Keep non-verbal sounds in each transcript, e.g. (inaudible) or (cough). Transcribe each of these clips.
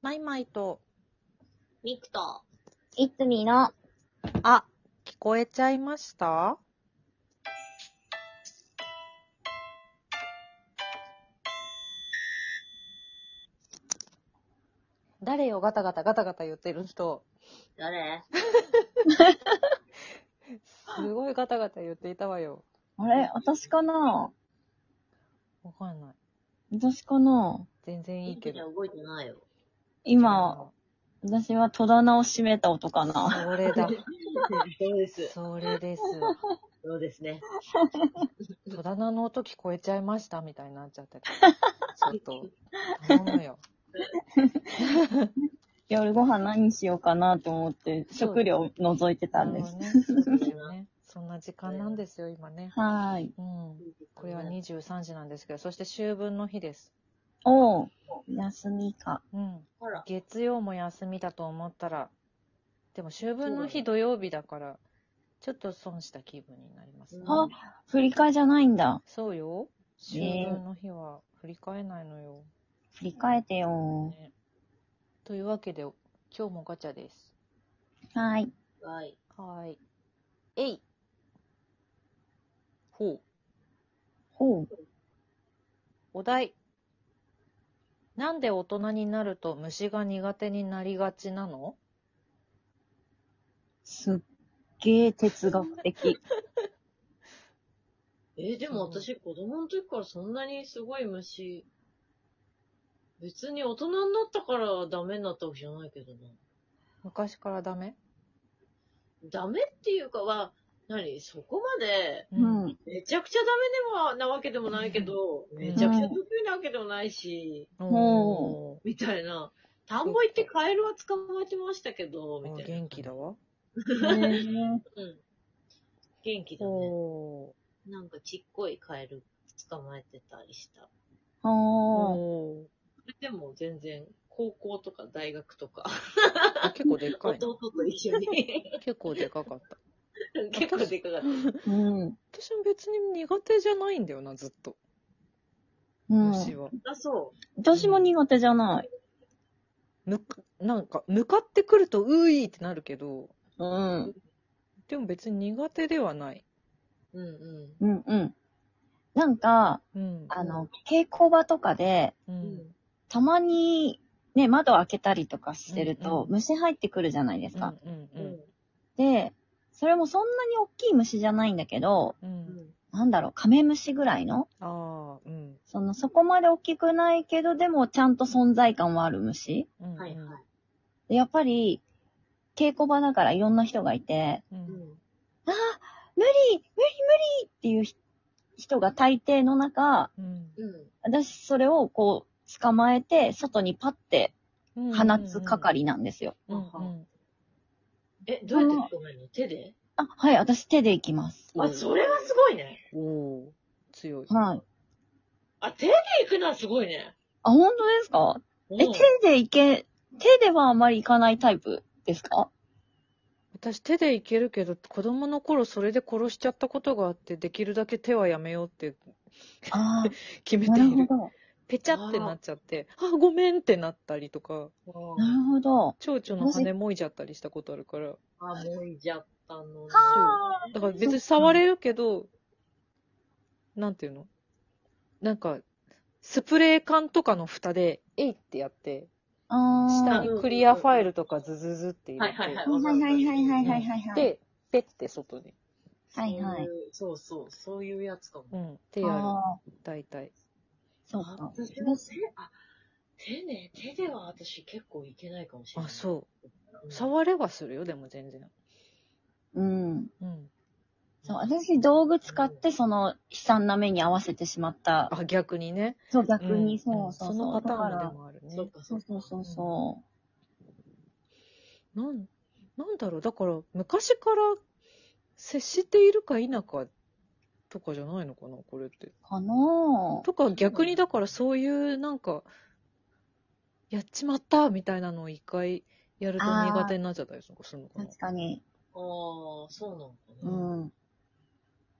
マイマイと、ミクと、いつみの、あ、聞こえちゃいました誰よ、ガタガタガタガタ言ってる人。誰すごいガタガタ言っていたわよ。あれ私かなわかんない。私かな全然いいけミクちゃど。ん動いてないよ。今、私は戸棚を閉めた音かな (laughs) それだ。 (laughs) そうです。それです。そうですね。戸棚の音聞こえちゃいましたみたいになっちゃ (laughs) ってた。ちょっと、頼むよ。夜ご飯何しようかなと思って、そう食料を覗いてたんであす。のね。そうですよね。そんな時間なんですよ、今ね。はーい。うん。これは23時なんですけど、そして秋分の日です。おう、休みか。うん。ほら、月曜も休みだと思ったら、でも秋分の日そ土曜日だから、ちょっと損した気分になりますね。あ、振り替えじゃないんだ。そうよ。え秋ー分の日は振り返えないのよ。振り替えてよ。ねというわけで、今日もガチャです。はーい。はい。はーい。えいほう。ほう。お題。なんで大人になると虫が苦手になりがちなのすっげー哲学的。えーでもそう私、子供の時からそんなにすごい虫、別に大人になったからダメになったわけじゃないけどな。昔からダメダメっていうかは、何そこまで、ううんん。めちゃくちゃダメでもなわけでもないけど、んめちゃくちゃ得意なわけでもないし、おみたいな。田んぼ行ってカエルは捕まえてましたけど、みーたいな。元気だわ。ねうん。元気だね。おなんかちっこいカエル捕まえてたりした。ーおー。おでも全然、高校とか大学とか、ー。結構でっかいな。弟と一緒 (laughs) に。結構でかかった。結構でかかった。うん。私も別に苦手じゃないんだよな、ずっと。うん。虫は。あ、そ私も苦手じゃない。むく、なんか、向かってくると、ういってなるけど、うん。でも別に苦手ではない。う。うんう。うんうん。なんか、うん。あの、稽古場とかで、うん。うんん。たまに、ね、窓開けたりとかしてるうと、んう虫入ってくるじゃないですか。うんううんん。で、それもそんなに大きい虫じゃないんだけど、う。うんうん。ん。なんだろう、カメムシぐらいのああ、うん。その、そこまで大きくないけど、でもちゃんと存在感はある虫うん。はいはい。でやっぱり、稽古場だからいろんな人がいて、う。うんん。無理無理無理っていうひ人が大抵の中、うん。う私それをこう、捕まえて、外にパッてうん放つ係なんですよ。うんうん。ん。え、どうやって捕まえるの手であ、はい、私手で行きます。あ、それはすごいね。おおー強い。はい。あ、手で行くのはすごいね。あ、本当ですかえ、うん手でいけ、手ではあまりいかないタイプですか私手でいけるけど、子供の頃それで殺しちゃったことがあって、できるだけ手はやめようってあ決めあ、なているほる。ど。ペチャってなっちゃって、あ、ごめんってなったりとか、なるほど。蝶々の羽もいじゃったりしたことあるから、あ、もういじゃったのね。はだから別に触れるけど、なんていうのなんか、スプレー缶とかの蓋で、えいってやって、あー下はにいクリアファイルとかズズズって入はれいはいはて、い。はいはいはいはいはいはいはい。、で、ペッて外に。はいはいそうう。そうそう、そういうやつかも。うん、手やる。あー大体。そうか。私も手、あ、手ね、手では私結構いけないかもしれなあ、い。そう。ん触れはするよ、でも全然。うん。うん。そう、私道具使ってその悲惨な目に合わせてしまった。あ、逆にね。そう、逆に、んそうそうそう。そのパタだかーンらでもあるねそ。っかそそうっそうか。そうそなん、なんだろう、だから、昔から接しているか否かとかじゃないのかな、これって。う。かなぁ。とか、逆にだからそういう、なんか、やっちまったみたいなのを一回やると苦手になっちゃったりするのかな。確かに。ああ、そうなのうかな。ん。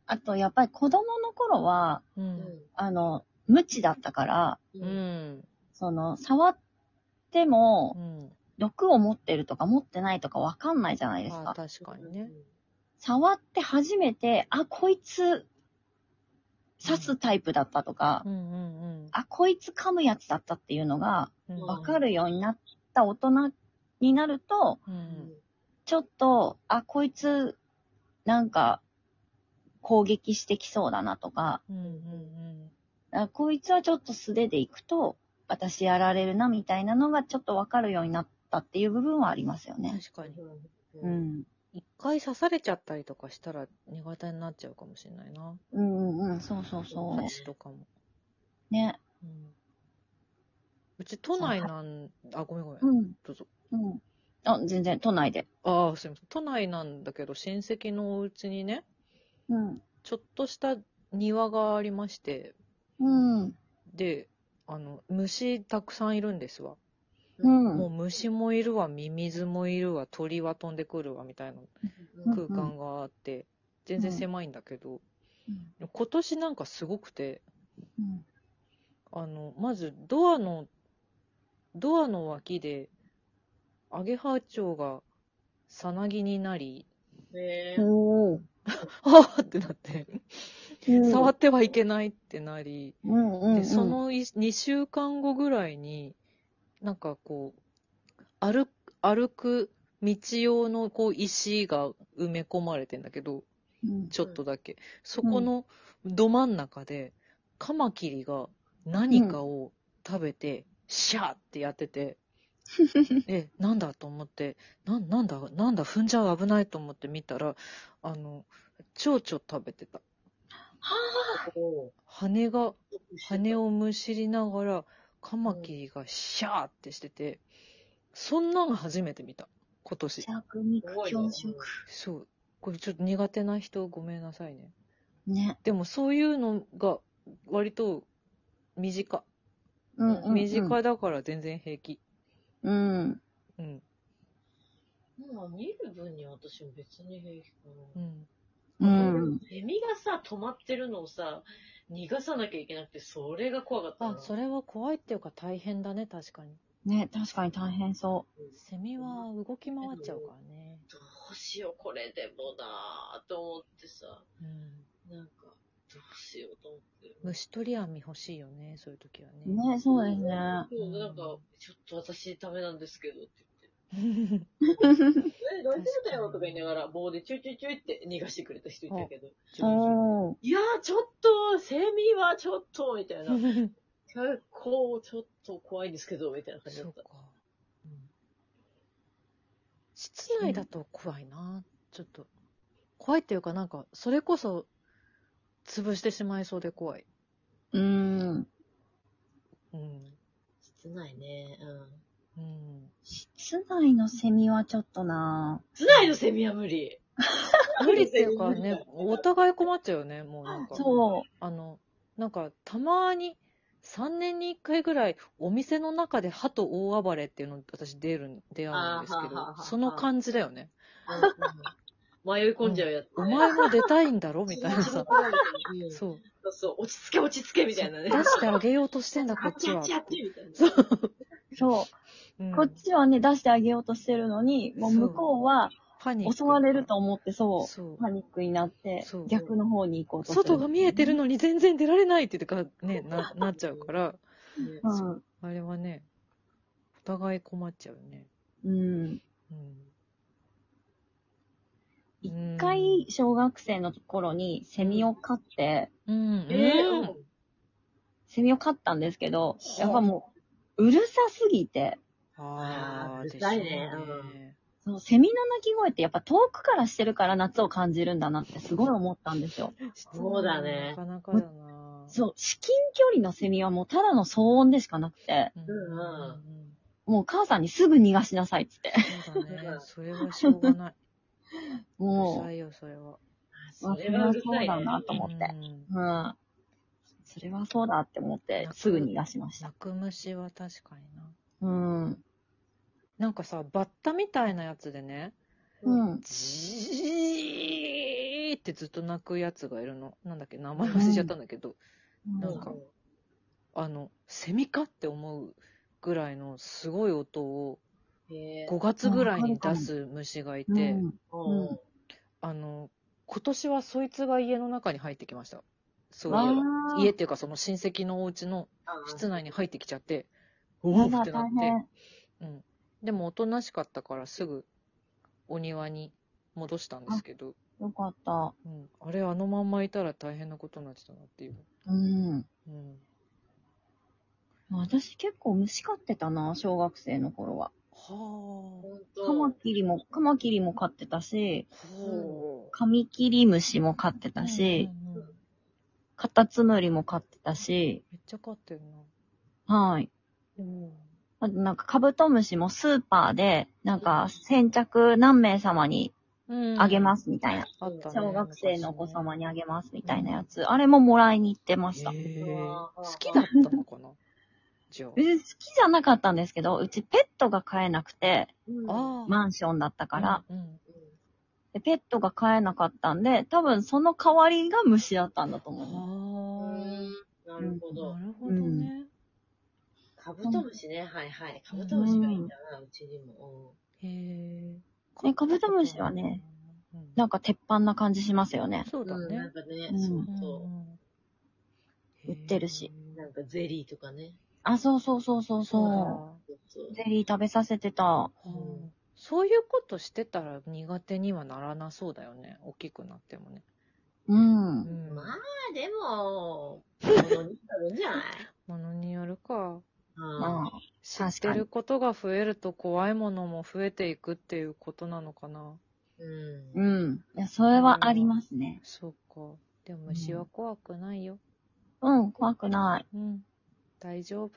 あと、やっぱり子供の頃は、う。うんん。あの、無知だったから、う。うんん。その、触ってもう、ん。毒を持ってるとか持ってないとかわかんないじゃないですまあか。確かにね。触って初めて、あ、こいつ、刺すタイプだったとか、うんうんあ、こいつ噛むやつだったっていうのがうん。わわかるようになった大人になると、ううんん。ちょっと、あ、こいつ、なんか、攻撃してきそうだなとか、うんうんうん。あこいつはちょっと素手で行くと、私やられるなみたいなのがちょっとわかるようになったっていう部分はありますよね。確かに。ううんん。一回刺されちゃったりとかしたら苦手になっちゃうかもしれないな。うんうんうん、そうそうそ刺う。しとかも。ね。うん。うち都内なん、あ、ごめんごめん。うん。どうぞ。うん。あ、全然、都内で。ああ、すいません。都内なんだけど、親戚のお家にね、うん。ちょっとした庭がありまして、うん。で、あの、虫たくさんいるんですわ。うん。もう虫もいるわ、ミミズもいるわ、鳥は飛んでくるわ、みたいなうん空間があって、全然狭いんだけど、うん今年なんかすごくて、うんあの、まずドアの、ドアの脇で、アゲハチョウがさなぎになり、ねえおああってなって、ー触ってはいけないってなり、うんうんうん。で、そ、の2週間後ぐらいに、なんかこう、歩く、歩く道用のこう石が埋め込まれてんだけど、うん、ちょっとだけ。そこのど真ん中で、カマキリが何かを食べて、シャーってやって (laughs) て、え、なんだと思って、な、なんだ、なんだ、踏んじゃう危ないと思って見たら、あの、蝶々食べてた。こ羽が、う羽をむしりながら、カマキリがシャーってしてて、そんなの初めて見た。今年。弱肉すごいね強食。そう。これちょっと苦手な人ごめんなさいね。ね。でもそういうのが割と身近。うんうん、うん。身近だから全然平気。うん。うん。まあ、見る分には私も別に平気かうな。ん。うん。セミがさ、止まってるのをさ、逃がさなきゃいけなくて、それが怖かったあ、な。それは怖いっていうか大変だね、確かに。ね、確かに大変そセミは動き回っちゃうからね。どうしよう、これでもなぁと思ってさ、うん。なんか、どうしようと思って。虫取り網欲しいよね、そういう時はう。ね。ね、そうですね。そうなんか、ちょっと私ダメなんですけどって言って。 (laughs) (laughs) え、大丈夫だよとか言いながら、棒でチュイチュイチュイって逃がしてくれた人いたけど。おー。いやー、ちょっと、セミはちょっと、みたいな。結構、ちょっと怖いんですけど、みたいな感じそだっうたか。。室内だと怖いな、ちょっと。怖いっていうか、なんか、それこそ、潰してしまいそうで怖い。うん。うん。室内ね。うん。うん。室内のセミはちょっとな室内のセミは無理。無理っていうかね、お互い困っちゃうよね、もうなんか。そあの、なんか、たまに、3年に1回ぐらい、お店の中で歯と大暴れっていうの、私出るん、出会うんですけあーはーはーはーど、はーその感じだよね。うん迷い込んじゃうやつ。お前も出たいんだろみたいなさ。うんそそう。うそう、落ち着け落ち着けみたいな出ね。してあげようとしてんだ、こあっっちちあはっ。ちあっちみたいな。そう。う。そうう。んこっちはね、出してあげようとしてるのに、もうそう向こうはパニック襲われると思って、そう。そう。パニックになってそう、逆の方に行こうとする。外が見えてるのに全然出られないって言ってか、ね、な、なっちゃうから、ねうん。あれはね、お互い困っちゃうよね。うん。うん。一うん回、小学生の頃にセミを飼って、うん。ええうんセミを飼ったんですけど、はあやっぱもう、うるさすぎて、あああ、ーでしょうねうるさいそう、セミの鳴き声ってやっぱ遠くからしてるから夏を感じるんだなってすごい思ったんですよ。そうだねなかなかだな。そう、至近距離のセミはもうただの騒音でしかなくて、うん。うんううんんもう母さんにすぐ逃がしなさいっつ (laughs) って。そうだね。それはしょうがない。うるもさいよ、それは。う、まそあ、それれははうそるうさいだね。なと思って。うんうん。それはそうだって思って、すぐ逃がしました。泣く虫は確かにな。うん。なんかさ、バッタみたいなやつでね、うん。じーってずっと泣くやつがいるの。なんだっけ、名前忘れちゃったんだけど、うんなんかあの、セミかって思うぐらいのすごい音をへえ。 5月ぐらいに出す虫がいて、うんうんうんあの、今年はそいつが家の中に入ってきました。そういえば。わー家っていうかその親戚のお家のあー室内に入ってきちゃって、うやわだーってなっ大て。変うん。でもおとなしかったからすぐお庭に戻したんですけど、よかった。うん、あれあのまんまいたら大変なことになってたなっていう。うん。うん。私結構虫飼ってたな、小学生の頃は。はほんカマと。キリも、カマキリも飼ってたし、あ。ほカミキリムシも飼ってう。たし、うんうんうんカタツムリも飼ってたし、めっちゃ飼ってるな。はい。うん。あとなんかカブトムシもスーパーで、なんか先着何名様にあげますみたいな。あったね小学生のお子様にあげますみたいなやうつ。あれももらいに行ってました。へえわー好きだったのかなじゃあ。別に好きじゃなかったんですけど、うちペットが飼えなくて、うんああ。マンションだったから、うん。うんでペットが飼えなかったんで、多分その代わりが虫だったんだと思うます。うはあ。ん。なるほどな。るほどね。カブトムシね、はいはい。カブトムシがいいんだな、うちにも。へえ。ねカブトムシはねうん、なんか鉄板な感じしますよね。そううんだうん、なんね。かね、うんそううそん売ってるし。う。なんかゼリーとかね。あ、そうそうそうそうそそうそうそうう。ゼリー食べさせてた。だうんそういうことしてたら苦手にはならなそうだよね。大きくなってもね。う。うんん。まあ、でも、物になるんじゃないものによるか。うん。まあ、知ってることが増えると怖いものも増えていくっていうことなのかな。うん。うん。いや、それはありますね。そうか。でも虫は怖くないよ。うん、怖くない。うん。大丈夫。